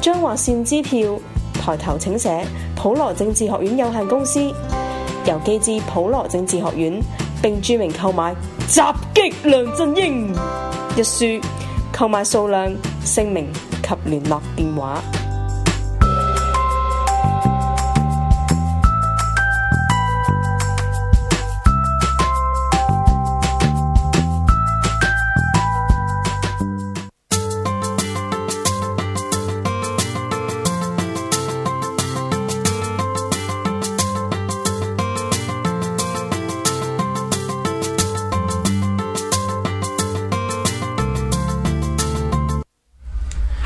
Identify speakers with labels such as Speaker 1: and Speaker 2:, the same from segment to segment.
Speaker 1: 將劃線支票抬頭請寫普羅政治學院有限公司。郵寄至普羅政治學院，並注明購買《襲擊梁振英》一書，購買數量、姓名及聯絡電話。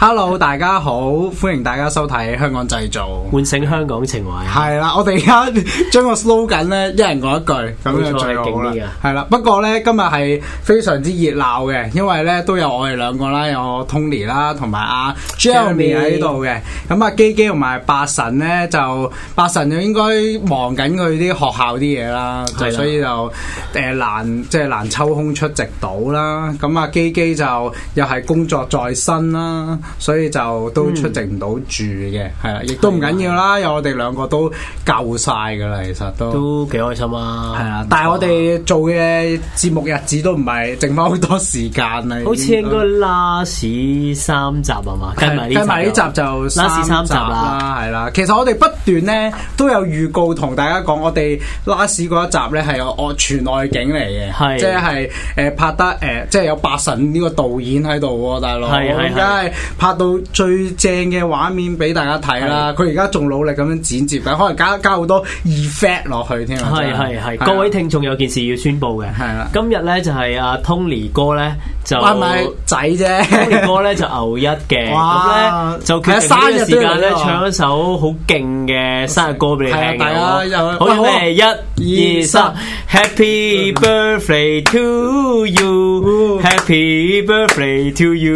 Speaker 2: Hello，大家好，歡迎大家收睇《香港製造》。
Speaker 3: 喚醒香港情懷。
Speaker 2: 係啦，我哋而家 將個 slogan 咧，一人講一句，咁樣
Speaker 3: 冇錯
Speaker 2: 最
Speaker 3: 勁
Speaker 2: 好啦
Speaker 3: 啲㗎。啊
Speaker 2: 係啦，不過咧今日係非常之熱鬧嘅，因為咧都有我哋兩個啦，有我 Tony 啦，同埋阿 Jeremy
Speaker 3: Jeremy
Speaker 2: 喺度嘅。咁啊，基基同埋八神咧，就八神就應該忙緊佢啲學校啲嘢啦，
Speaker 3: 係
Speaker 2: 就
Speaker 3: 啦
Speaker 2: 所以就誒、難即係難抽空出席到啦。咁啊，基基就又係工作在身啦，所以就
Speaker 3: 嗯
Speaker 2: 都出席唔到住嘅，係啊啦、亦都唔緊要啦，有我哋兩個都夠晒噶啦，其實都。
Speaker 3: 啊都幾開心啊！
Speaker 2: 係啊，但係我哋做嘅節目日子都唔係剩翻好多時間啦。
Speaker 3: 好似應該拉屎三集啊嘛，跟埋呢
Speaker 2: 跟埋呢集就
Speaker 3: 拉屎三集啦。
Speaker 2: 啦，係啦。其實我哋不斷咧都有預告同大家講，我哋拉屎嗰一集咧係有外全外景嚟嘅，
Speaker 3: 係
Speaker 2: 即係誒拍得誒，即係有八神呢個導演喺度喎，大佬，咁
Speaker 3: 係係係
Speaker 2: 梗係拍到最正嘅畫面俾大家睇啦。佢而家仲努力咁樣剪接緊，可能加加好多 effect 落去添啊。
Speaker 3: 係
Speaker 2: 真
Speaker 3: 係係，各位聽眾有件事要宣佈嘅。
Speaker 2: 係啦啊
Speaker 3: 今日咧就係阿 Tony 哥咧就
Speaker 2: 係咪仔啫？
Speaker 3: Tony 哥咧就牛一嘅，
Speaker 2: 哇
Speaker 3: 咁咧就決定呢個時間咧唱一首好勁嘅生日歌俾你聽
Speaker 2: 係啊
Speaker 3: 嘅。
Speaker 2: 大家有
Speaker 3: 好
Speaker 2: 喂好啊
Speaker 3: 咩？一、二、三，Happy birthday to you，Happy birthday to
Speaker 2: Hey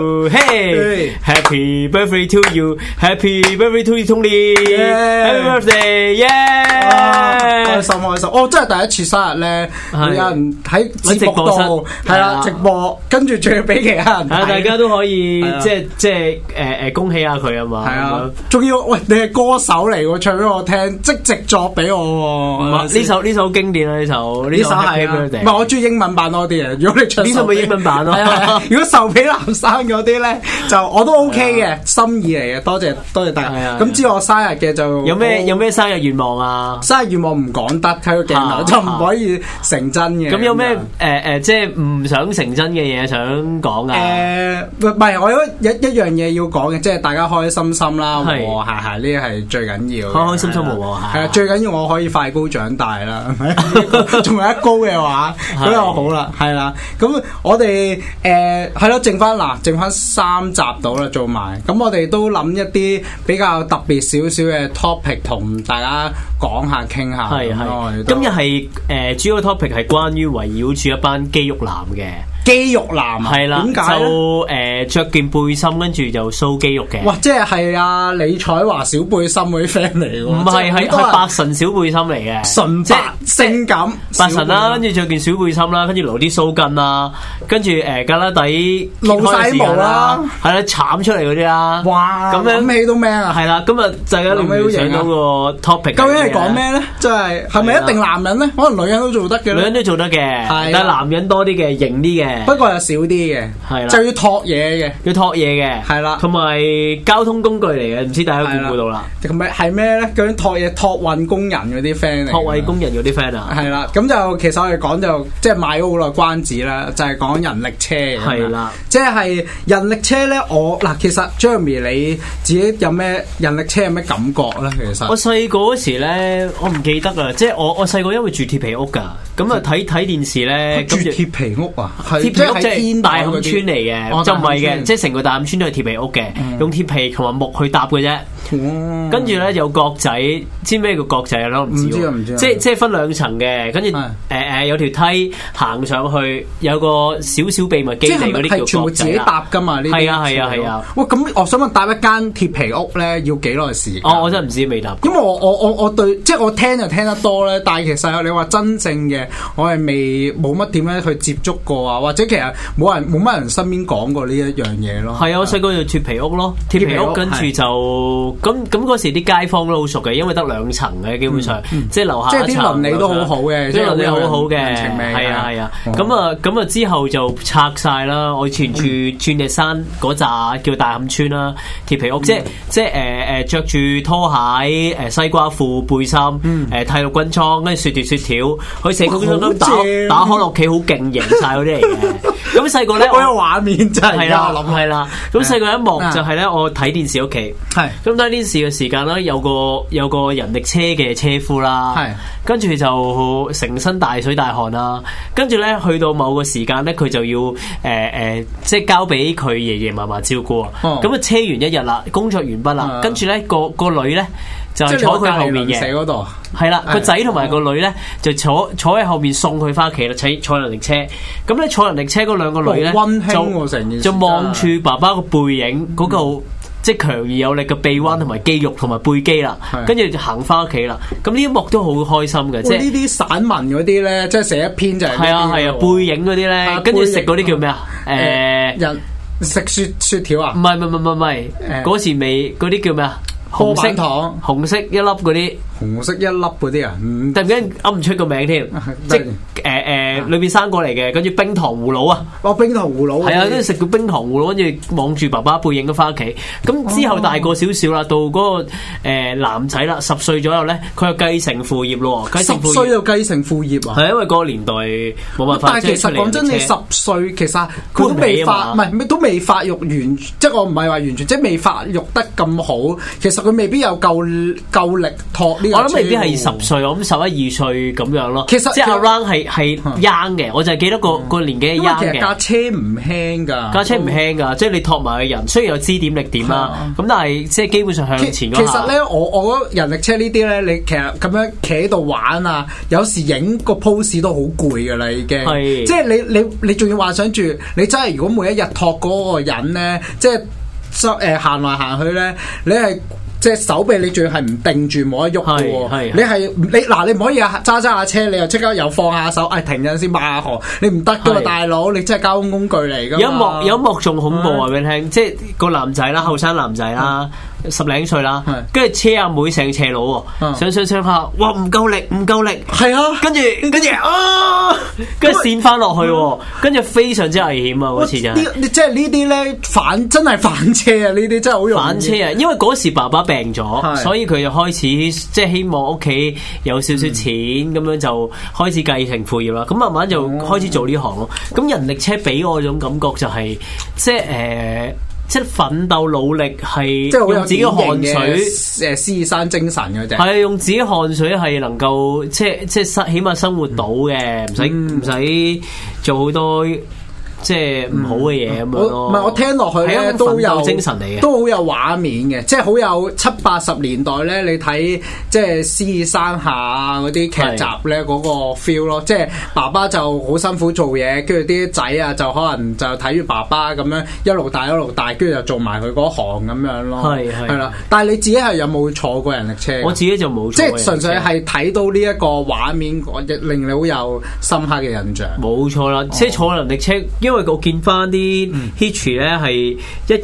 Speaker 3: you，Hey，Happy birthday to you，Happy birthday to you，Tony，Happy
Speaker 2: Yeah
Speaker 3: birthday，Yeah！
Speaker 2: 開心開心，我哦真係第一次生日咧，有
Speaker 3: 係
Speaker 2: 人喺直播度
Speaker 3: 喺直播室
Speaker 2: 係啦
Speaker 3: 係啊
Speaker 2: 直播，跟住仲要俾其他人
Speaker 3: 啊！
Speaker 2: 睇
Speaker 3: 大家都可以
Speaker 2: 係啊
Speaker 3: 即係即係誒誒恭喜下佢啊嘛，
Speaker 2: 係
Speaker 3: 咁
Speaker 2: 啊
Speaker 3: 樣，
Speaker 2: 仲要喂你係歌手嚟喎，唱俾我聽，即直作俾我
Speaker 3: 唔
Speaker 2: 喎。
Speaker 3: 係呢首呢首好經典啊！呢首呢
Speaker 2: 呢首係
Speaker 3: Happy
Speaker 2: 啊，唔
Speaker 3: Birthday
Speaker 2: 係我中意英文版多啲啊。如果你唱
Speaker 3: 呢首咪英文版咯
Speaker 2: 係啊係啊如果受俾男生嗰啲咧，就我都 OK 嘅，心意嚟嘅。多謝多謝大
Speaker 3: 啊係
Speaker 2: 家。
Speaker 3: 啊
Speaker 2: 咁知我生日嘅就
Speaker 3: 有咩有咩生日願望啊？
Speaker 2: 生日願望唔講得喺個鏡頭，
Speaker 3: 啊
Speaker 2: 就唔可以成真嘅。
Speaker 3: 咁有咩
Speaker 2: 樣
Speaker 3: 誒誒，即係唔想成真嘅嘢想講啊？
Speaker 2: 誒唔唔係，我有一一樣嘢要講嘅，即係大家開開心心啦，和
Speaker 3: 係
Speaker 2: 和諧諧呢係最緊要嘅。
Speaker 3: 開開心心和和諧諧
Speaker 2: 係啊，最緊要我可以快高長大啦，係 咪仲有一高嘅話，咁
Speaker 3: 係
Speaker 2: 就好啦，係啦。咁我哋誒係咯，剩翻嗱，剩翻三集到啦，做埋。咁我哋都諗一啲比較特別少少嘅 topic 同大家講下傾下
Speaker 3: 係
Speaker 2: 咁咯。我哋
Speaker 3: 係，
Speaker 2: 都
Speaker 3: 今日係誒主要 ờ, topic 係關於圍繞住一班肌肉男嘅，
Speaker 2: 肌肉男啊
Speaker 3: 係啦，
Speaker 2: 點解呢
Speaker 3: 就誒著件背心跟住就 show 肌肉嘅，
Speaker 2: 哇！即係係阿李彩華小背心嗰啲 friend 嚟喎，
Speaker 3: 唔係係
Speaker 2: 即好多人
Speaker 3: 係白神小背心嚟嘅，
Speaker 2: 純
Speaker 3: 即係
Speaker 2: 白性感
Speaker 3: 八神啦，啊跟
Speaker 2: 住
Speaker 3: 住着件小背心啦，跟住留啲鬚巾啦，跟住誒格拉底
Speaker 2: 露晒毛啦，
Speaker 3: 係啦，剷出嚟嗰啲啦，
Speaker 2: 哇咁
Speaker 3: 咁樣
Speaker 2: 樣起都咩啊？
Speaker 3: 係啦，今日大家
Speaker 2: 諗起好
Speaker 3: 聯
Speaker 2: 型啊
Speaker 3: 想到個 topic，
Speaker 2: 究竟係
Speaker 3: 係
Speaker 2: 講
Speaker 3: 啊？
Speaker 2: 咩咧？即係係咪一定男人咧？可能女人都做得嘅
Speaker 3: 女人
Speaker 2: 咧，
Speaker 3: 都做得嘅，
Speaker 2: 啊
Speaker 3: 但係男人多啲嘅，型啲
Speaker 2: 不
Speaker 3: 嘅，
Speaker 2: 過又少啲嘅，
Speaker 3: 係啦
Speaker 2: 就要托嘢嘅。
Speaker 3: 要托嘢嘅，
Speaker 2: 係啦
Speaker 3: 同埋交通工具嚟嘅，唔知大家估唔估到啦？
Speaker 2: 咁咪係咩咧？究竟托嘢托運工人嗰啲 friend 嚟㗎？
Speaker 3: 托位工人嗰啲 friend 啊，
Speaker 2: 係啦，咁就其實我哋講就即係賣咗好耐關子啦，就係、講人力車嘅
Speaker 3: 係啦，
Speaker 2: 即係人力車咧，我嗱其實 Jeremy 你自己有咩人力車有咩感覺咧？其
Speaker 3: 我
Speaker 2: 實
Speaker 3: 細個嗰時咧，我唔記得啦，即係我我細個因為住鐵皮屋㗎，咁啊睇睇電視咧，
Speaker 2: 住
Speaker 3: 咁就。
Speaker 2: 鐵皮屋啊，係
Speaker 3: 鐵皮屋即係大
Speaker 2: 嗰
Speaker 3: 磡
Speaker 2: 啲
Speaker 3: 村
Speaker 2: 哦
Speaker 3: 嚟
Speaker 2: 嗯
Speaker 3: 嘅，就唔係嘅，即係成個大磡村都係鐵皮屋嘅，用鐵皮同埋木去搭嘅啫。
Speaker 2: 哦
Speaker 3: 跟住咧有角仔，知咩叫角仔啊？我唔知
Speaker 2: 唔知啊
Speaker 3: 喎，
Speaker 2: 唔知啊
Speaker 3: 即係即係分兩層嘅，跟住
Speaker 2: 係
Speaker 3: 誒誒有條梯行上去，有個少少秘密基
Speaker 2: 即
Speaker 3: 地
Speaker 2: 係
Speaker 3: 嗰
Speaker 2: 咪
Speaker 3: 啲
Speaker 2: 係
Speaker 3: 叫
Speaker 2: 全
Speaker 3: 角
Speaker 2: 部自
Speaker 3: 仔
Speaker 2: 己
Speaker 3: 啦
Speaker 2: 搭。噶嘛？呢啲
Speaker 3: 係啊係啊係啊！
Speaker 2: 喂，咁我想問搭一間鐵皮屋咧，要幾耐時間？
Speaker 3: 哦，我真係唔知未搭過。
Speaker 2: 因為我我我我對即係我聽就聽得多咧，但係其實你話真正嘅，我係未冇乜點樣去接觸過啊，或者其實冇人冇乜人身邊講過呢一樣嘢咯。
Speaker 3: 係啊，我細個就脱皮屋咯，脱
Speaker 2: 脱
Speaker 3: 皮
Speaker 2: 皮屋
Speaker 3: 屋跟住
Speaker 2: 係
Speaker 3: 就咁咁嗰時啲街坊都好熟嘅，因為得兩層嘅基本上，即係樓下
Speaker 2: 嗯即係啲
Speaker 3: 一層嗯
Speaker 2: 鄰里都好好嘅
Speaker 3: 啲鄰里好好
Speaker 2: 即係
Speaker 3: 嘅，
Speaker 2: 有人情味啊
Speaker 3: 係啊係啊。
Speaker 2: 哦
Speaker 3: 咁啊咁啊之後就拆晒啦。我以前住
Speaker 2: 嗯
Speaker 3: 鑽石山嗰扎叫大磡村啦，鐵皮屋
Speaker 2: 嗯
Speaker 3: 即係即係誒誒著住拖鞋誒西瓜褲背心誒剃到軍裝，跟住雪條雪條，佢成個
Speaker 2: 嗯哇好
Speaker 3: 咁打
Speaker 2: 正
Speaker 3: 打開落企好勁型晒嗰啲嚟嘅。咁 細個咧
Speaker 2: 我有畫面真係
Speaker 3: 係
Speaker 2: 而家
Speaker 3: 啦，
Speaker 2: 我諗
Speaker 3: 係啦。咁細個一
Speaker 2: 啊
Speaker 3: 幕就係咧，我睇電視屋企。
Speaker 2: 係
Speaker 3: 咁睇電視嘅時間啦，有個有個人力車嘅車夫啦，
Speaker 2: 係
Speaker 3: 跟住就成身大水大汗啦，跟住咧去到某個時間咧，佢就要誒誒、呃呃即係交俾佢爺爺嫲嫲照顧啊。
Speaker 2: 哦
Speaker 3: 咁啊、車完一日啦，工作完畢啦
Speaker 2: 啊，
Speaker 3: 跟住咧個個女咧就
Speaker 2: 即
Speaker 3: 係
Speaker 2: 係
Speaker 3: 坐佢後面
Speaker 2: 寫
Speaker 3: 嘅。
Speaker 2: 嗰度。啊
Speaker 3: 係啦，
Speaker 2: 係
Speaker 3: 個仔同埋個女咧就坐坐喺後面送佢翻屋企啦，坐坐人力車。咁咧坐人力車嗰兩個女咧，
Speaker 2: 哇溫馨
Speaker 3: 就
Speaker 2: 喎成件事嗯
Speaker 3: 就望住爸爸個背影嗰嚿。即係強而有力嘅臂彎同埋肌肉同埋背肌啦
Speaker 2: 係，
Speaker 3: 跟住就行翻屋企啦。咁呢一幕都好開心嘅，即
Speaker 2: 喂呢
Speaker 3: 係
Speaker 2: 啲散文嗰啲咧，即係寫一篇就係呢啲
Speaker 3: 係啊係啊
Speaker 2: 喎
Speaker 3: 背影嗰啲
Speaker 2: 啊
Speaker 3: 咧，跟住食
Speaker 2: 背
Speaker 3: 嗰啲
Speaker 2: 影
Speaker 3: 叫咩啊？誒，
Speaker 2: 人食雪雪條
Speaker 3: 唔
Speaker 2: 啊，
Speaker 3: 係唔係唔係唔係
Speaker 2: 誒，
Speaker 3: 嗰時未嗰啲叫咩啊？
Speaker 2: 波
Speaker 3: 紅
Speaker 2: 板
Speaker 3: 色
Speaker 2: 糖
Speaker 3: 紅色一粒嗰啲。
Speaker 2: 紅色一粒嗰啲啊，嗯，
Speaker 3: 突然間噏唔出個名添即係誒誒裏邊生果嚟嘅，跟住冰糖葫蘆啊，
Speaker 2: 我哦冰糖葫蘆嗰啲
Speaker 3: 係啊，跟住食個冰糖葫蘆，跟住望住爸爸背影咁翻屋企。
Speaker 2: 哦
Speaker 3: 咁之後大個少少啦，到嗰個誒男仔啦，十歲左右咧，佢就繼承父業咯喎，繼承
Speaker 2: 十
Speaker 3: 父
Speaker 2: 歲
Speaker 3: 業
Speaker 2: 就繼承父業啊。
Speaker 3: 係因為嗰個年代冇辦法。
Speaker 2: 但係其實講真，你十歲其實佢都未發，唔
Speaker 3: 搬唔起啊嘛
Speaker 2: 係都未發育完，即係我唔係話完全，即係未發育得咁好。其實佢未必有夠夠力托呢個。
Speaker 3: 我諗未必係十。歲，我諗十一二歲咁樣咯。
Speaker 2: 其實
Speaker 3: 即係
Speaker 2: 其實
Speaker 3: around 係係 young 嘅，我就係記得個個年紀係
Speaker 2: 因為
Speaker 3: young
Speaker 2: 其
Speaker 3: 嘅
Speaker 2: 實。架車唔輕㗎，
Speaker 3: 架車唔輕噶，即係你托埋嘅人，雖然有支點力點啦
Speaker 2: 啊，
Speaker 3: 咁但係即係基本上向
Speaker 2: 其。
Speaker 3: 前
Speaker 2: 其
Speaker 3: 嗰
Speaker 2: 實咧，我我覺得人力車呢啲咧，你其實咁樣企喺度玩啊，有時影個 pose 都好攰㗎啦，已經。
Speaker 3: 係
Speaker 2: 即係你你你仲要幻想住，你真係如果每一日托嗰個人咧，即係執誒行來行去咧，你係。隻手臂你仲要係唔定住冇得喐嘅喎
Speaker 3: 係係，
Speaker 2: 你係你嗱你唔可以啊揸揸下車，你又即刻又放下手，哎停陣先抹下汗，你唔得㗎嘛
Speaker 3: 係
Speaker 2: 大佬，你真係交通工具嚟㗎
Speaker 3: 有一幕
Speaker 2: 嘛
Speaker 3: 有一幕仲恐怖
Speaker 2: 唉
Speaker 3: 話俾你聽，即係個男仔啦，後生男仔啦，十零歲啦
Speaker 2: 嗯係，
Speaker 3: 跟住車阿妹上斜路
Speaker 2: 嗯
Speaker 3: 喎，上上上下，哇唔夠力唔夠力，
Speaker 2: 係啊，
Speaker 3: 跟住跟住啊，
Speaker 2: 嗯
Speaker 3: 跟住跣翻落去喎，跟住非常之危險啊！嗰次真係
Speaker 2: 呢呢即係呢啲咧反真係反車啊！呢啲真係好容易
Speaker 3: 反車啊！因為嗰時爸爸病
Speaker 2: 係
Speaker 3: 咗，所以佢就開始即係希望屋企有少少錢咁樣就開始繼承父業啦。咁慢慢
Speaker 2: 哦
Speaker 3: 就開始做呢行咯。咁人力車俾我種感覺就係即係誒。即係奮鬥努力係
Speaker 2: 即係好有
Speaker 3: 用自己嘅汗水，
Speaker 2: 誒獅山精神嗰只。
Speaker 3: 係啊用自己汗水係能夠即係呃即係生起碼生活到嘅，唔使
Speaker 2: 嗯
Speaker 3: 唔使做好多即係唔好嘅嘢咁
Speaker 2: 我
Speaker 3: 樣咯。
Speaker 2: 唔係我聽落去
Speaker 3: 係
Speaker 2: 咧
Speaker 3: 一種
Speaker 2: 都
Speaker 3: 奮鬥
Speaker 2: 有
Speaker 3: 精神嚟嘅。
Speaker 2: 都好有畫面嘅，即係好有七八十年代咧，你睇即係《獅山下》啊嗰啲劇集咧嗰個 feel 咯，即係爸爸就好辛苦做嘢，跟住啲仔啊就可能就睇住爸爸咁樣一路大一路大，跟住就做埋佢嗰行咁樣咯。
Speaker 3: 係係
Speaker 2: 係啦，但係你自己係有冇坐過人力車㗎？
Speaker 3: 我自己就冇
Speaker 2: 即
Speaker 3: 做嘅，
Speaker 2: 係純粹係睇到呢一個畫面，我令你好有深刻嘅印象。
Speaker 3: 冇錯
Speaker 2: 哦
Speaker 3: 啦，即係坐能力車，因為我見翻啲
Speaker 2: 嗯
Speaker 3: Hitch 咧係一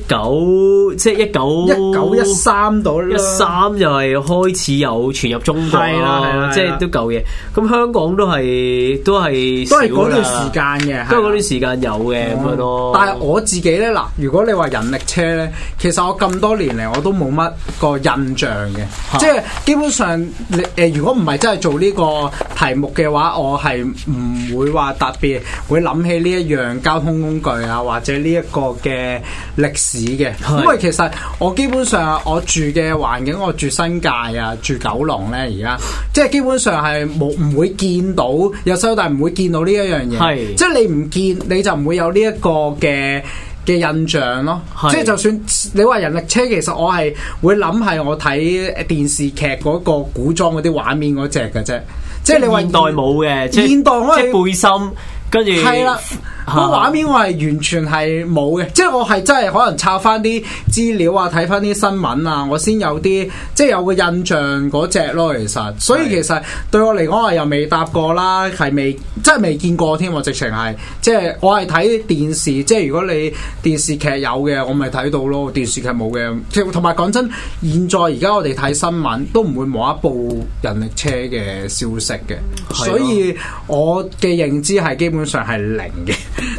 Speaker 3: 九，即係一九
Speaker 2: 一九一三到啦
Speaker 3: 哦一三就係開始有傳入中國
Speaker 2: 係啦係啦
Speaker 3: 啦，即
Speaker 2: 係啦
Speaker 3: 係都夠嘢。咁香港都係都係
Speaker 2: 都係嗰
Speaker 3: 少啦
Speaker 2: 段時間嘅，
Speaker 3: 都係嗰
Speaker 2: 係啦哦
Speaker 3: 段時間有嘅咁樣咯。
Speaker 2: 但係我自己咧嗱，如果你話人力車咧，其實我咁多年嚟我都冇乜個印象嘅，即係基本上你誒、如果唔係真係做呢個題目嘅話，我係唔會話特別會諗起呢一樣交通工具啊，或者呢一個嘅歷史嘅。
Speaker 3: 係
Speaker 2: 因為其實我基本上我住嘅環境，我住新界啊，住九龍咧，而家即係基本上係冇唔會見到，有收但唔會見到呢一樣嘢。
Speaker 3: 係
Speaker 2: 即係你唔見，你就唔會有呢一個嘅。誒、嘅印象咯，
Speaker 3: 係
Speaker 2: 即係就算你話人力車，其實我係會諗係我睇呃電視劇嗰個古裝嗰啲畫面嗰只嘅啫，即係你話
Speaker 3: 現代冇嘅，即係
Speaker 2: 現代我係
Speaker 3: 即係背心，跟住
Speaker 2: 係啦，
Speaker 3: 嚇
Speaker 2: 嗰個畫面我係完全係冇嘅，即係我係真係可能抄翻啲資料啊，睇翻啲新聞啊，我先有啲即係有個印象嗰只咯。其實，所以其實對我嚟講，我又未搭過啦，係未真係未見過添喎。直情係即係我係睇電視，即係如果你電視劇有嘅，我咪睇到咯。電視劇冇嘅，即係同埋講真，現在而家我哋睇新聞都唔會冇一部人力車嘅消息嘅，
Speaker 3: 係
Speaker 2: 所以。我嘅認知係基本上係零嘅，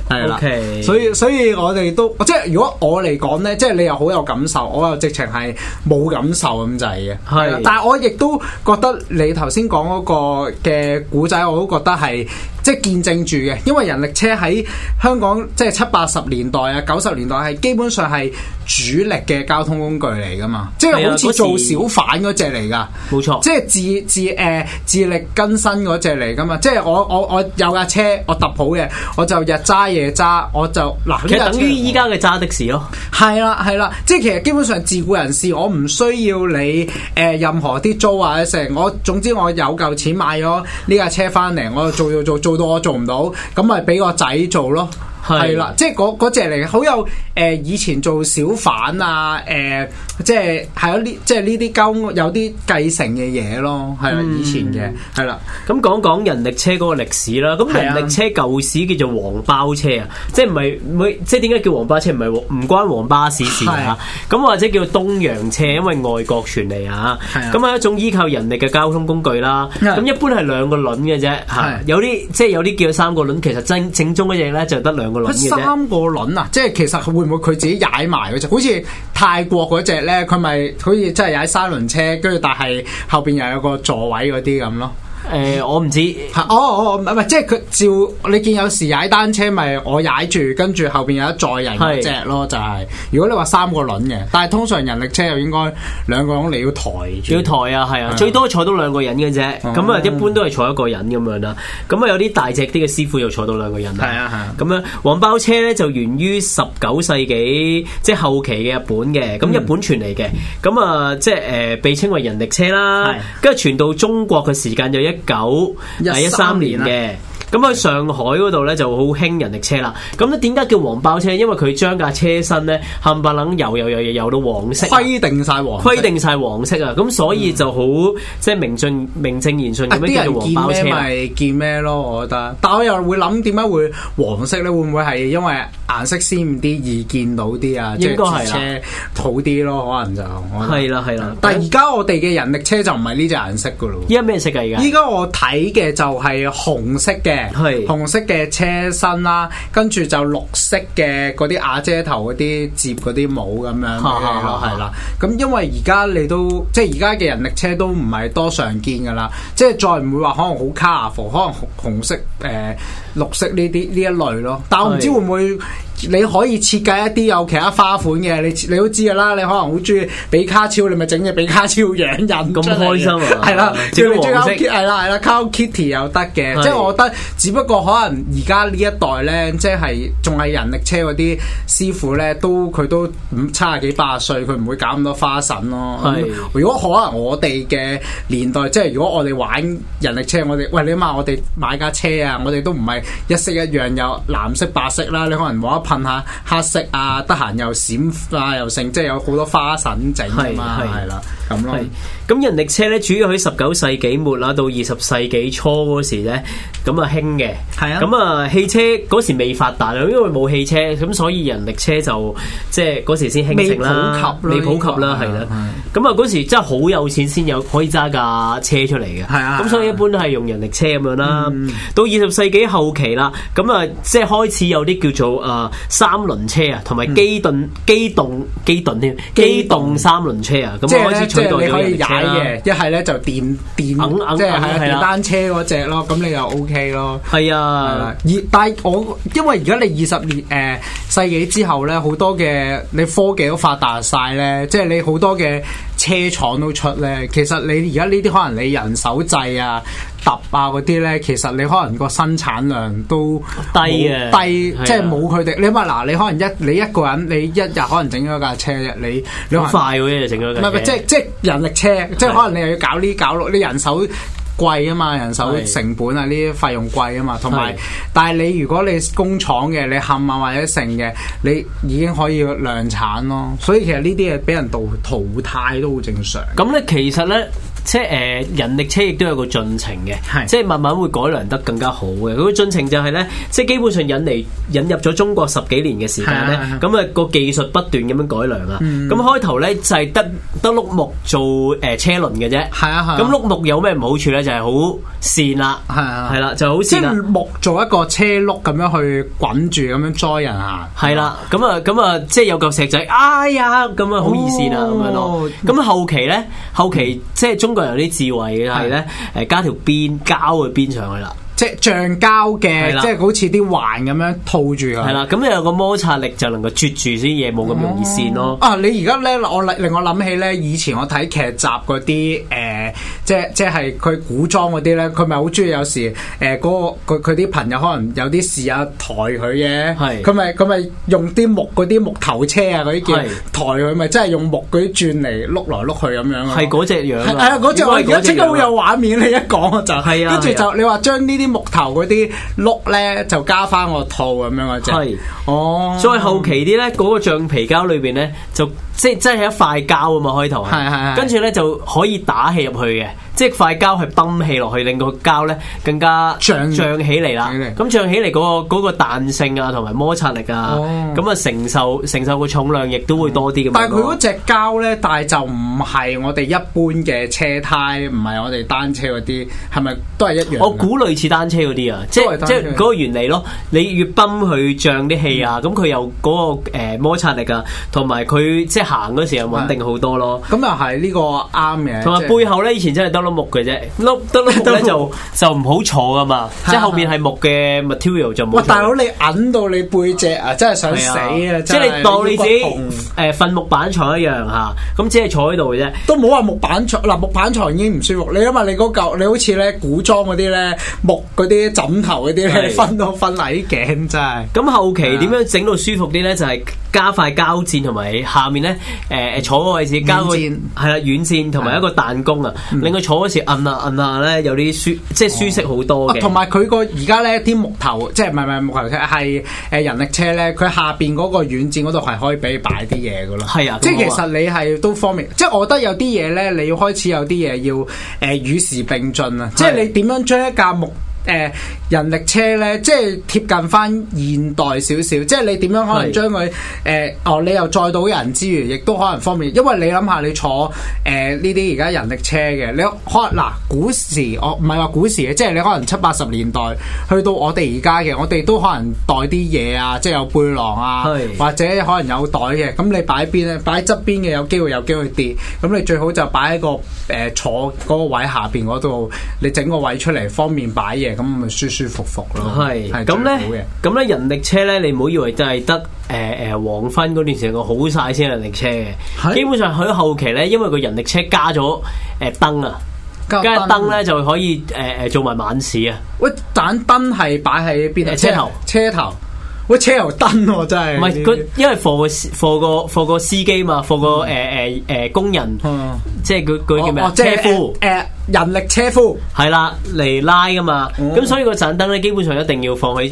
Speaker 2: 係啦
Speaker 3: OK
Speaker 2: 所以所以我哋都即係如果我嚟講呢，即係你又好有感受，我又直情係冇感受咁滯嘅，
Speaker 3: 係
Speaker 2: 啦但係我亦都覺得你頭先講嗰個嘅古仔，我都覺得係即係見證住嘅，因為人力車喺香港即係七八十年代啊、九十年代係基本上係主力嘅交通工具嚟噶嘛，即
Speaker 3: 係
Speaker 2: 係
Speaker 3: 啊
Speaker 2: 好似
Speaker 3: 嗰時
Speaker 2: 做小販嗰只嚟㗎。
Speaker 3: 冇錯，
Speaker 2: 即係自自誒、呃自力更生嗰只嚟噶嘛，即係我我我有架車，我揼好嘅，我就日揸夜揸，我就嗱呢
Speaker 3: 其
Speaker 2: 架
Speaker 3: 實
Speaker 2: 車
Speaker 3: 等於依家嘅揸的士咯，
Speaker 2: 係啦係啦，即係其實基本上自雇人士，我唔需要你誒、呃任何啲租啊成，我總之我有嚿錢買咗呢架車翻嚟，我做做做做到我做唔到，咁咪俾個仔做咯。
Speaker 3: 係
Speaker 2: 係啦，即係嗰嗰只嚟嘅，好有誒、呃以前做小販啊，誒、即係係咯呢，即係呢啲鳩有啲繼承嘅嘢咯，係啦，以前嘅係啦，
Speaker 3: 咁講講人力車嗰個歷史啦，咁
Speaker 2: 係啊
Speaker 3: 人力車舊時叫做黃包車啊，即係唔係每即係點解叫黃包車？唔係黃唔關黃巴士事啊，咁或者叫東洋車，因為外國傳嚟啊
Speaker 2: 係啊，
Speaker 3: 咁係一種依靠人力嘅交通工具啦。
Speaker 2: 係
Speaker 3: 咁一般係兩個輪嘅啫，嚇
Speaker 2: 係
Speaker 3: 有啲即係有啲叫三個輪，其實真正宗嗰只咧就得兩個輪
Speaker 2: 佢
Speaker 3: 嘅啫。
Speaker 2: 三個啊輪啊，即係其實會唔會佢自己踩埋嗰只？好似泰國嗰只咧，佢咪好似真係踩三輪車，跟住但係後邊又有個座位嗰啲咁咯。
Speaker 3: 誒、我唔知，
Speaker 2: 係哦哦，唔係唔係，即係佢照你見有時踩單車咪我踩住，跟住後邊有一載人嗰只咯，就係、如果你話三個輪嘅，但係通常人力車又應該兩個輪你要抬住。
Speaker 3: 要抬啊，係
Speaker 2: 係
Speaker 3: 啊
Speaker 2: 啊，
Speaker 3: 最多坐到兩個人嘅啫。
Speaker 2: 哦
Speaker 3: 咁啊，一般都係坐一個人咁樣啦。咁啊，有啲大隻啲嘅師傅就坐到兩個人啦。
Speaker 2: 係啊係啊
Speaker 3: 咁樣黃包車咧就源於十九世紀，即係後期嘅日本
Speaker 2: 嗯
Speaker 3: 嘅。咁日本傳嚟嘅，咁啊、即係誒、呃被稱為人力車啦
Speaker 2: 係。
Speaker 3: 跟住傳到中國嘅時間就一九一三
Speaker 2: 13
Speaker 3: 年
Speaker 2: 年啦
Speaker 3: 嘅。咁喺上海嗰度咧就好興人力車啦。咁咧點解叫黃包車？因為佢將架車身咧冚唪唥油油油油油到黃色啊。
Speaker 2: 規定晒黃色，
Speaker 3: 規定晒黃色啊，咁所以就好即係名正名正言順
Speaker 2: 嗯啊
Speaker 3: 咁
Speaker 2: 啲
Speaker 3: 樣叫做黃
Speaker 2: 人
Speaker 3: 包
Speaker 2: 見
Speaker 3: 車
Speaker 2: 咩
Speaker 3: 啦。
Speaker 2: 咪見咩咯，我覺得。但我又會諗點解會黃色咧？會唔會係因為顏色鮮豔啲，易見到啲啊？即
Speaker 3: 應該係啦
Speaker 2: 係車土啲咯，可能就我覺得
Speaker 3: 係啦係啦，
Speaker 2: 但係而家我哋嘅人力車就唔係呢只顏色噶咯喎
Speaker 3: 依。家咩色㗎？而
Speaker 2: 依
Speaker 3: 家
Speaker 2: 家我睇嘅就係紅色嘅，
Speaker 3: 係
Speaker 2: 紅色嘅車身啦，跟住就綠色嘅嗰啲瓦遮頭嗰啲接嗰啲帽咁樣俾你咯，係啦。咁因為而家你都即係而家嘅人力車都唔係多常見噶啦，即係再唔會話可能好 colourful，可能紅紅色誒、呃、綠色呢啲呢一類咯。但我唔知
Speaker 3: 係
Speaker 2: 會唔會。你可以設計一啲有其他花款嘅，你你都知噶啦，你可能好中意比卡超，你咪整隻比卡超樣印咁
Speaker 3: 開心啊
Speaker 2: 係啦，
Speaker 3: 整
Speaker 2: 叫
Speaker 3: 個
Speaker 2: 你最
Speaker 3: 黃色
Speaker 2: 啱係啦係啦，Hello Kitty 又得嘅，
Speaker 3: 係
Speaker 2: 即係我覺得，只不過可能而家呢一代咧，即係仲係人力車嗰啲師傅咧，都佢都五七廿幾八十歲，佢唔會搞咁多花神咯。
Speaker 3: 係
Speaker 2: 咁如果可能我哋嘅年代，即係如果我哋玩人力車，我哋喂你諗下，我哋買架車啊，我哋都唔係一式一樣有藍色、白色啦，你可能冇得噴下黑色啊，得閒又閃啊又剩，即係有好多花神整啊嘛，
Speaker 3: 係係
Speaker 2: 係啦，咁咯
Speaker 3: 係。咁人力車咧，主要喺十九世紀末啦，到二十世紀初嗰時咧，咁啊興嘅。
Speaker 2: 係啊
Speaker 3: 咁啊汽車嗰時未發達啊，因為冇汽車，咁所以人力車就即係嗰時先興盛啦，
Speaker 2: 未普及啦
Speaker 3: 未普及啦，係
Speaker 2: 應該係
Speaker 3: 啦
Speaker 2: 啊。
Speaker 3: 咁啊嗰時真係好有錢先有可以揸架車出嚟嘅。
Speaker 2: 係啊嗯
Speaker 3: 咁所以一般都係用人力車咁樣啦。到二十世紀後期啦，咁啊即係開始有啲叫做誒三輪車啊，同埋
Speaker 2: 嗯
Speaker 3: 機動機動機動添機動三輪車啊。咁
Speaker 2: 即係
Speaker 3: 開
Speaker 2: 咧，
Speaker 3: 始
Speaker 2: 即
Speaker 3: 取代
Speaker 2: 係你
Speaker 3: 咗
Speaker 2: 可
Speaker 3: 人
Speaker 2: 以
Speaker 3: 力車
Speaker 2: 踩
Speaker 3: 啦。
Speaker 2: 嘅，一係咧就電電，
Speaker 3: 硬硬
Speaker 2: 即係係啊
Speaker 3: 係啦
Speaker 2: 電單車嗰只咯，咁你又 OK 咯。
Speaker 3: 係
Speaker 2: 係啦
Speaker 3: 啊，
Speaker 2: 而但係我因為而家你二十年誒、呃世紀之後咧，好多嘅你科技都發達晒咧，即係你好多嘅車車廠都出咧，其實你而家呢啲可能你人手製啊、揼啊嗰啲咧，其實你可能個生產量都
Speaker 3: 低
Speaker 2: 冇
Speaker 3: 嘅
Speaker 2: 低
Speaker 3: 係啊
Speaker 2: 即係冇佢哋。你話嗱，你可能一你一個人，你一日可能整咗架車啫，你你可
Speaker 3: 好啊
Speaker 2: 能
Speaker 3: 快喎，一日整咗
Speaker 2: 唔係唔係，即係即係人力車，即係可能你又要搞呢搞落，你人手。貴啊嘛，人手
Speaker 3: 係
Speaker 2: 成本啊，呢啲費用貴啊嘛，同埋
Speaker 3: 係，
Speaker 2: 但係你如果你工廠嘅，你冚啊或者剩嘅，你已經可以量產咯。所以其實呢啲嘢俾人淘淘汰都好正常。
Speaker 3: 咁咧，其實咧，即係誒、呃人力車亦都有個進程嘅，
Speaker 2: 係
Speaker 3: 即係慢慢會改良得更加好嘅。嗰、個進程就係咧，即係基本上引嚟引入咗中國十幾年嘅時間咧
Speaker 2: 係啊係啊，
Speaker 3: 咁啊個技術不斷咁樣改良啊。咁、開頭咧就係得得碌木做誒、呃、車輪嘅啫，
Speaker 2: 係啊係啊
Speaker 3: 咁碌木有咩唔好處咧？就係好跣啦，
Speaker 2: 係啊
Speaker 3: 係啦，就好
Speaker 2: 即
Speaker 3: 跣啦
Speaker 2: 係。木做一個車轆咁樣去滾住咁樣載人行。
Speaker 3: 系啦，咁啊，咁啊，即係有嚿石仔，哎呀，咁啊，好易線啊，咁樣咯
Speaker 2: 哦。
Speaker 3: 咁後期咧，後期即係中國人有啲智慧嘅係咧，誒加條邊膠嘅邊上去啦，
Speaker 2: 即係橡膠嘅
Speaker 3: 係啦，
Speaker 2: 即係好似啲環咁樣套住㗎。
Speaker 3: 係啦，咁你有個摩擦力就能夠啜住啲嘢，冇咁容易線咯。
Speaker 2: 啊！你而家咧，我令令我諗起咧，以前我睇劇集嗰啲誒，即係即係佢古裝嗰啲咧，佢咪好中意有時誒嗰、個佢佢啲朋友可能有啲事啊抬佢嘅，
Speaker 3: 係
Speaker 2: 佢咪佢咪用啲木嗰啲木頭車啊嗰啲叫
Speaker 3: 係
Speaker 2: 抬佢，咪真係用木嗰啲轉嚟碌來碌去咁樣啊
Speaker 3: 係嗰隻樣啊
Speaker 2: 係係啊！嗰只我而
Speaker 3: 應該係
Speaker 2: 家
Speaker 3: 嗰隻
Speaker 2: 即刻會有
Speaker 3: 樣
Speaker 2: 畫面，你一講我就
Speaker 3: 係啊
Speaker 2: 跟住
Speaker 3: 係
Speaker 2: 就你話將呢啲木頭嗰啲碌咧就加翻個套咁樣嗰只，
Speaker 3: 係
Speaker 2: 哦，
Speaker 3: 再後期啲咧，嗰個橡皮膠裏邊咧，就即係真係一塊膠啊嘛，開頭
Speaker 2: 係係係
Speaker 3: 跟住咧就可以打氣入去嘅，即係塊膠係泵氣落去，令個膠咧更加
Speaker 2: 漲
Speaker 3: 漲起嚟啦
Speaker 2: 起。嚟
Speaker 3: 咁漲起嚟嗰、個嗰、個彈性啊，同埋摩擦力啊
Speaker 2: 哦，
Speaker 3: 咁啊、承受承受個重量亦都會多啲咁樣咯。
Speaker 2: 但係佢嗰隻膠咧，但係就唔係我哋一般嘅車胎，唔係我哋單車嗰啲，係咪都係一樣㗎？
Speaker 3: 我估類似單車嗰啲啊，即
Speaker 2: 都係
Speaker 3: 係
Speaker 2: 單
Speaker 3: 即
Speaker 2: 車
Speaker 3: 係嗰個原理咯。你越泵佢漲啲氣啊，咁佢又嗰個呃摩擦力啊，同埋佢即係行嗰時又穩定好多咯。
Speaker 2: 咁又係呢個啱嘅，
Speaker 3: 同埋
Speaker 2: 即係
Speaker 3: 背後咧，以前真係得碌木嘅啫，碌得碌木咧就就唔好坐噶嘛，即係後面係木嘅 material 就冇坐。
Speaker 2: 哇！大佬你揞到你背脊啊，真係想
Speaker 3: 係
Speaker 2: 死
Speaker 3: 啊
Speaker 2: 啊！
Speaker 3: 即係你當你自
Speaker 2: 腰骨痛
Speaker 3: 己誒瞓木板床一樣嚇，咁只係坐喺度嘅啫。
Speaker 2: 都冇話木板床嗱，木板床已經唔舒服。你因為你嗰嚿，你好似咧古裝嗰啲咧木嗰啲枕頭嗰啲咧，
Speaker 3: 係
Speaker 2: 分到分禮頸真係。
Speaker 3: 咁後期
Speaker 2: 係啊
Speaker 3: 點樣整到舒服啲咧？就係、加塊膠墊同埋下面咧，誒、誒坐嗰位置加個
Speaker 2: 軟墊
Speaker 3: 係啦軟墊同埋一個彈弓啊，令佢坐嗰時摁下摁下咧有啲舒即係舒適好多
Speaker 2: 啊
Speaker 3: 嘅。
Speaker 2: 同埋佢個而家咧啲木頭，即係唔係唔係木頭車，係誒人力車咧，佢下邊嗰個軟墊嗰度係可以俾你擺啲嘢噶咯。
Speaker 3: 係啊
Speaker 2: 即係
Speaker 3: 咁
Speaker 2: 其
Speaker 3: 好啊
Speaker 2: 實你係都方便，即係我覺得有啲嘢咧，你要開始有啲嘢要誒、呃、與時並進啊！即係你點樣將一架木誒、呃人力車咧，即係貼近翻現代少少，即係你點樣可
Speaker 3: 係
Speaker 2: 能將佢誒哦，你又載到人之餘，亦都可能方便，因為你諗下你坐誒呢啲而家人力車嘅，你可能嗱古時我唔係話古時嘅，即係你可能七八十年代去到我哋而家嘅，我哋都可能袋啲嘢啊，即係有背囊啊
Speaker 3: 係，
Speaker 2: 或者可能有袋嘅，咁你擺邊咧？擺側邊嘅有機會有機會跌，咁你最好就擺喺個誒、呃坐嗰個位下邊嗰度，你整個位出嚟方便擺嘢，咁咪舒舒服服咯。
Speaker 3: 係
Speaker 2: 係
Speaker 3: 咁
Speaker 2: 最好嘅
Speaker 3: 咧，咁咧人力車咧，你唔好以為就係得誒誒黃昏嗰段時間好晒先係人力車嘅，
Speaker 2: 係
Speaker 3: 基本上佢後期咧，因為個人力車加咗誒燈啊，
Speaker 2: 加
Speaker 3: 加
Speaker 2: 燈
Speaker 3: 燈咧就可以誒誒做埋晚市啊。
Speaker 2: 喂，盞燈係擺喺邊啊？
Speaker 3: 誒車頭
Speaker 2: 車頭，喂，車頭燈喎、真係。
Speaker 3: 唔係佢，因為貨個貨個貨個司機嘛，貨個誒誒誒工人，
Speaker 2: 嗯
Speaker 3: 即係佢佢叫咩
Speaker 2: 哦
Speaker 3: 啊
Speaker 2: 哦？即
Speaker 3: 車
Speaker 2: 係
Speaker 3: 夫
Speaker 2: 誒、呃人力車夫，
Speaker 3: 係啦，嚟拉噶嘛。
Speaker 2: 嗯
Speaker 3: 咁所以個盞燈咧，基本上一定要放喺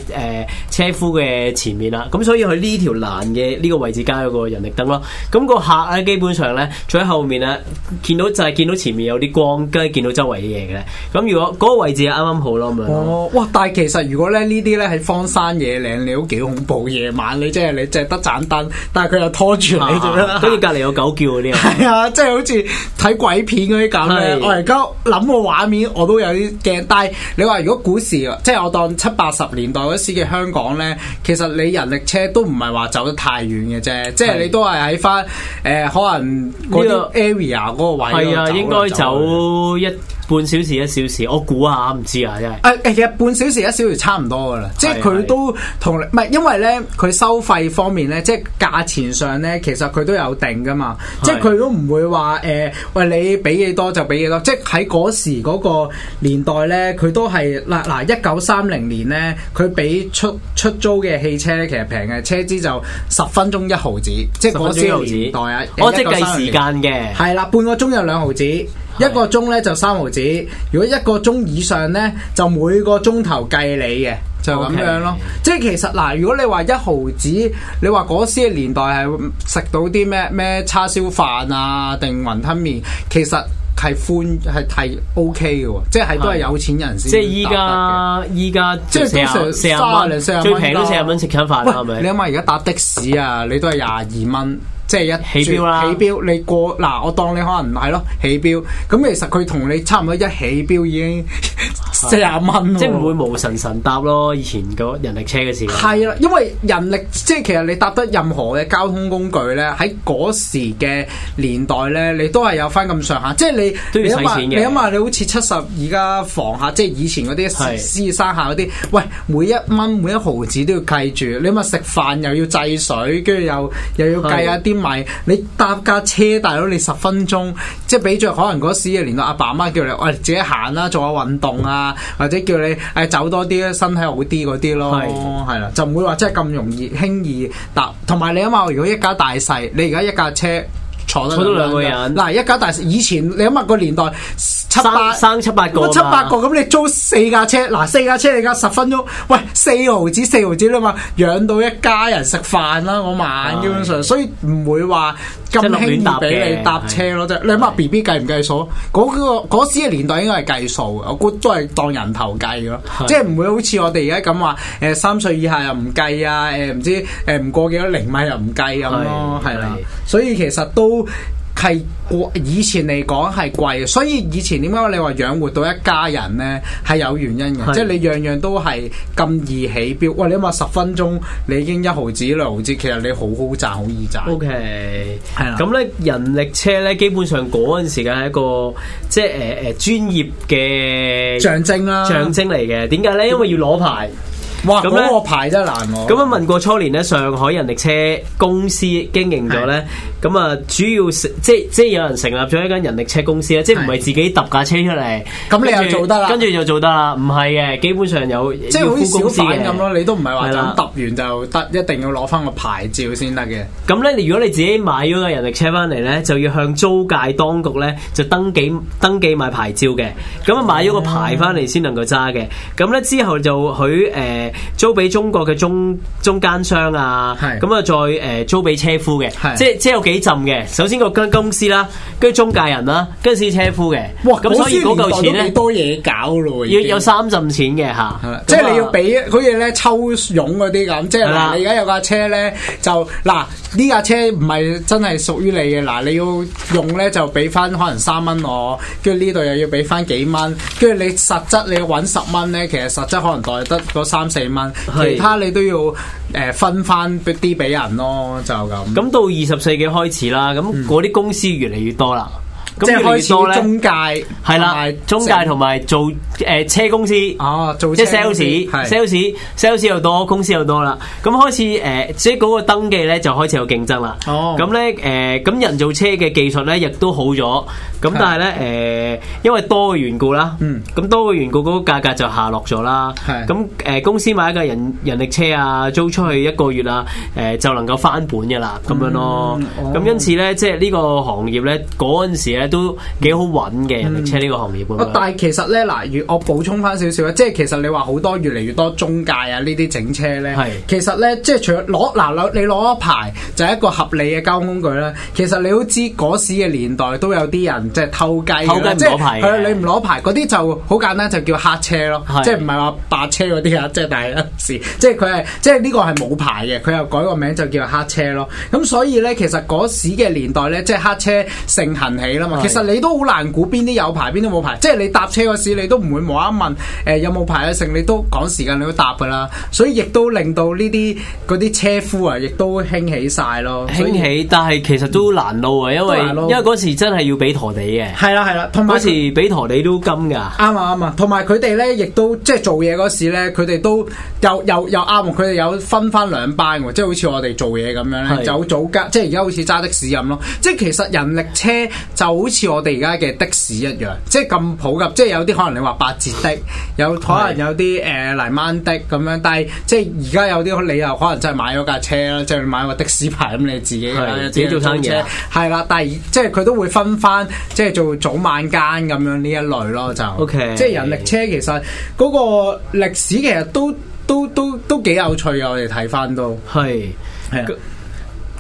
Speaker 3: 誒車夫嘅前面啦。咁所以佢呢條欄嘅呢個位置加咗個人力燈咯。咁個客咧，基本上咧坐喺後面咧，見到就係見到前面有啲光，跟住見到周圍嘅嘢嘅咧。咁如果嗰個位置啱啱好咯，咁樣咯。
Speaker 2: 哦，哇！但係其實如果咧呢啲咧喺荒山野嶺，你都幾恐怖。夜晚你即係你淨係得盞燈，但係佢又拖住你做咩
Speaker 3: 啊跟住隔離有狗叫嗰啲 啊。
Speaker 2: 係啊，即係好似睇鬼片嗰啲咁咧。
Speaker 3: 係
Speaker 2: 我而家諗個畫面，我都有啲驚。但係你話如果古時，啊即係我當七八十年代嗰時嘅香港咧，其實你人力車都唔係話走得太遠嘅啫，即係你都係喺翻誒可能嗰
Speaker 3: 呢
Speaker 2: 啲
Speaker 3: 個
Speaker 2: area 嗰個位度
Speaker 3: 係
Speaker 2: 走
Speaker 3: 啊，
Speaker 2: 嚟
Speaker 3: 應該
Speaker 2: 走去
Speaker 3: 走一半小時一小時，我估下唔知啊，真係。
Speaker 2: 誒誒，其實半小時一小時差唔多噶啦，即係佢都同你唔係，因為咧佢收費方面咧，即係價錢上咧，其實佢都有定噶嘛，
Speaker 3: 係
Speaker 2: 即係佢都唔會話誒、喂你俾幾多就俾幾多，即係喺嗰時嗰個年代咧，佢都係嗱嗱一九三零年咧，佢俾出出租嘅汽車咧，其實平嘅，車資就十分鐘一毫子，即係
Speaker 3: 十分
Speaker 2: 嗰
Speaker 3: 鐘一
Speaker 2: 時
Speaker 3: 毫
Speaker 2: 個年代啊
Speaker 3: 子，，我即係計
Speaker 2: 1930
Speaker 3: 時
Speaker 2: 年
Speaker 3: 間嘅。
Speaker 2: 係啦，半個鐘有兩毫子，一個鐘咧就三毫子。如果一個鐘以上咧，就每個鐘頭計你嘅。就咁樣咯
Speaker 3: OK
Speaker 2: 即係其實嗱，如果你話一毫子，你話嗰時嘅年代係食到啲咩咩叉燒飯啊，定雲吞麵，其實係寬係係 O K 嘅喎，即係都係
Speaker 3: 係
Speaker 2: 有錢人先
Speaker 3: 即係依
Speaker 2: 搭得嘅
Speaker 3: 家依家
Speaker 2: 即係
Speaker 3: 四
Speaker 2: 都
Speaker 3: 啊
Speaker 2: 成
Speaker 3: 四啊
Speaker 2: 卅
Speaker 3: 蚊，
Speaker 2: 零四啊
Speaker 3: 最平都四啊蚊食餐飯啦，係
Speaker 2: 喂
Speaker 3: 咪
Speaker 2: 你？諗下而家搭的士啊，你都係廿二蚊，即係一
Speaker 3: 起標啦
Speaker 2: 起標你過嗱，我當你可能唔係咯，起標咁其實佢同你差唔多一起標已經四廿蚊喎，
Speaker 3: 啊即係唔會無神神搭咯，以前個人力車嘅時候。
Speaker 2: 係啦，啊因為人力即係其實你搭得任何嘅交通工具咧，喺嗰時嘅年代咧，你都係有翻咁上下，即係你
Speaker 3: 都要
Speaker 2: 你
Speaker 3: 使
Speaker 2: 諗下
Speaker 3: 錢
Speaker 2: 你
Speaker 3: 嘅
Speaker 2: 諗下，你好似七十而家房客，即係以前嗰啲
Speaker 3: 係
Speaker 2: 私生下嗰啲，喂，每一蚊每一毫子都要計住，你諗下食飯又要制水，跟住又又要計下啲米，你搭架車大佬你十分鐘，即係俾着可能嗰時嘅年代阿爸媽叫你，喂自己行啦，做下運動啊，或者叫你誒走多啲啦，身體好啲嗰啲咯。
Speaker 3: 係
Speaker 2: 哦，係啦，就唔會話真係咁容易輕易搭。同埋你諗下，如果一家大細，你而家一架車坐得
Speaker 3: 坐得
Speaker 2: 兩
Speaker 3: 兩個
Speaker 2: 人
Speaker 3: 人
Speaker 2: 嗱一家大細，以前你諗下個年代七八
Speaker 3: 生生七八個啊
Speaker 2: 乜七八個
Speaker 3: 嘛
Speaker 2: 咁，你租四架車，嗱四架車你而家十分鐘，喂四毫子四毫子啦嘛，養到一家人食飯啦，我晚
Speaker 3: 係
Speaker 2: 基本上，所以唔會話咁
Speaker 3: 即係
Speaker 2: 輕
Speaker 3: 立亂
Speaker 2: 易
Speaker 3: 搭嘅
Speaker 2: 俾你搭車咯，即係你諗下 B B 計唔計數？嗰、個嗰時嘅年代應該係計數嘅，我估都係當人頭計咯，
Speaker 3: 係
Speaker 2: 即係唔會好似我哋而家咁話，誒、三歲以下又唔計啊，誒、唔知誒唔、過幾多零米又唔計咁咯，
Speaker 3: 係
Speaker 2: 係啦
Speaker 3: 係。
Speaker 2: 所以其實都係貴以前嚟講係貴嘅，所以以前點解你話養活到一家人呢係有原因嘅，
Speaker 3: 係
Speaker 2: 即係你樣樣都係咁易起標。喂，你諗下十分鐘你已經一毫子兩毫子，其實你好好賺，好易賺。
Speaker 3: O K，
Speaker 2: 係啦
Speaker 3: 咁咧人力車咧，基本上嗰陣時間係一個即係誒誒專業嘅
Speaker 2: 象徵啦，
Speaker 3: 象徵嚟嘅。點解咧？因為要攞牌。
Speaker 2: 哇！
Speaker 3: 咁
Speaker 2: 咁
Speaker 3: 呢
Speaker 2: 嗰個牌真係難喎。
Speaker 3: 咁啊，問過初年咧，上海人力車公司經營咗咧，咁啊，主要成即即有人成立咗一間人力車公司咧，啊即唔係
Speaker 2: 係
Speaker 3: 自己揼架車出嚟，
Speaker 2: 咁你又
Speaker 3: 跟住
Speaker 2: 做得啦
Speaker 3: 跟住就做得啦，唔係嘅，基本上有
Speaker 2: 即係好似小販咁。
Speaker 3: 要
Speaker 2: 咯，你都唔係話就
Speaker 3: 係
Speaker 2: 咁
Speaker 3: 啦
Speaker 2: 揼完就得，一定要攞翻個牌照先得嘅。
Speaker 3: 咁咧，你如果你自己買咗個人力車翻嚟咧，就要向租界當局咧就登記登記買牌照嘅。咁啊買咗個牌翻嚟先能夠揸嘅。咁咧之後就佢誒、呃租俾中國嘅中中間商啊，
Speaker 2: 係
Speaker 3: 咁啊再誒、呃租俾車夫嘅
Speaker 2: 係，
Speaker 3: 即即有幾浸嘅。首先個間公司啦，跟住中介人啦，跟住先車夫嘅。
Speaker 2: 哇！
Speaker 3: 咁所以嗰嚿錢
Speaker 2: 嗰時年代都幾
Speaker 3: 咧
Speaker 2: 多嘢搞咯喎，已
Speaker 3: 要
Speaker 2: 經
Speaker 3: 有三浸錢嘅啊嚇
Speaker 2: 係啦，即係你要。俾好似咧抽佣嗰啲咁，即係
Speaker 3: 係
Speaker 2: 嗱，
Speaker 3: 啦
Speaker 2: 你而家有架車咧，就嗱呢架車唔係真係屬於你嘅，嗱你要用咧就俾翻可能三蚊我，跟住呢度又要俾翻幾蚊，跟住你實質你要揾十蚊咧，其實實質可能袋得嗰三四蚊，
Speaker 3: 係
Speaker 2: 其他你都要誒、呃分翻啲俾人咯，就咁。
Speaker 3: 咁到二十世紀開始啦，咁嗰啲公司越嚟越多啦。咁
Speaker 2: 嗯即係
Speaker 3: 越嚟
Speaker 2: 開
Speaker 3: 越多
Speaker 2: 始
Speaker 3: 咧。
Speaker 2: 中介
Speaker 3: 係
Speaker 2: 同
Speaker 3: 啦
Speaker 2: 埋，
Speaker 3: 中介同埋做誒車公司，即
Speaker 2: 哦做
Speaker 3: 係
Speaker 2: 車公司係
Speaker 3: sales，sales，sales 又多，公司又多啦。咁開始誒，即係嗰個登記咧就開始有競爭啦。
Speaker 2: 哦
Speaker 3: 咁咧誒，咁人造車嘅技術咧亦都好咗。咁
Speaker 2: 係
Speaker 3: 但係咧誒，因為多嘅緣故啦，
Speaker 2: 嗯
Speaker 3: 咁多嘅緣故嗰個價格就下落咗啦。
Speaker 2: 係
Speaker 3: 咁誒公司買一架人人力車啊，租出去一個月啊，誒就能夠翻本嘅啦，咁樣咯
Speaker 2: 嗯哦。
Speaker 3: 咁因此咧，即係呢個行業咧，嗰陣時咧都幾好揾嘅人力車呢個行業
Speaker 2: 啊
Speaker 3: 咁樣。
Speaker 2: 但係其實咧，嗱，如我補充翻少少啊咧，即係其實你話好多越嚟越多中介啊呢啲整車咧
Speaker 3: 係，
Speaker 2: 其實咧即係除咗攞嗱你攞一牌就係一個合理嘅交通工具啦。其實你都知嗰時嘅年代都有啲人即係偷雞㗎啦
Speaker 3: 偷雞唔
Speaker 2: 即係
Speaker 3: 攞牌嘅
Speaker 2: 係啊你唔攞牌嗰啲就好簡單，就叫黑車咯，
Speaker 3: 係
Speaker 2: 即係唔係話白車嗰啲啊，即係但係有時即係佢係即係呢個係冇牌嘅，佢又改個名就叫黑車咯。咁所以咧，其實嗰時嘅年代咧，即係黑車盛行起啦嘛。嘛。
Speaker 3: 係
Speaker 2: 其實你都好難估邊啲有牌，邊啲冇牌。即係你搭車嗰時，你都唔會無啦啦問誒、有冇牌啊，剩你都趕時間，你都搭噶啦。所以亦都令到呢啲嗰啲車夫啊，亦都興起晒咯。所以
Speaker 3: 興起，但係其實都難撈啊，因為
Speaker 2: 都難撈
Speaker 3: 因為嗰時真係要俾陀地嘅，
Speaker 2: 係啦係啦，同埋
Speaker 3: 嗰時俾陀地都金㗎。
Speaker 2: 啱啊啱啊，同埋佢哋咧，亦都即係做嘢嗰時咧，佢哋都又又又啱喎，佢哋有分翻兩班喎，即係好似我哋做嘢咁樣
Speaker 3: 係
Speaker 2: 咧，有早間，即係而家好似揸的士咁咯。即係其實人力車就好似我哋而家嘅的士一樣，即係咁普及，即係有啲可能你話八折的，有可能有啲誒泥鯭的咁樣，但係即係而家有啲你又可能真係買咗架車啦，即係買個的士牌咁你自己
Speaker 3: 係
Speaker 2: 自
Speaker 3: 自己做生意
Speaker 2: 租
Speaker 3: 啊
Speaker 2: 車係啦，但係即係佢都會分翻，即係做早晚間咁樣呢一類咯，就
Speaker 3: OK
Speaker 2: 即係人力車其實嗰個歷史其實都都都都幾有趣啊嘅，我哋睇翻都
Speaker 3: 係
Speaker 2: 係啊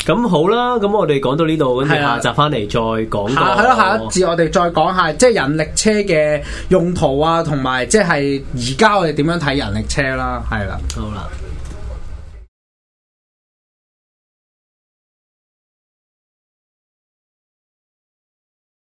Speaker 3: 咁好啦，咁我哋講到呢度，跟住
Speaker 2: 係
Speaker 3: 下
Speaker 2: 啦
Speaker 3: 集翻嚟再講個。
Speaker 2: 下係咯，下一節我哋再講下即係人力車嘅用途啊，同埋即係而家我哋點樣睇人力車啦，係啦。
Speaker 3: 好啦。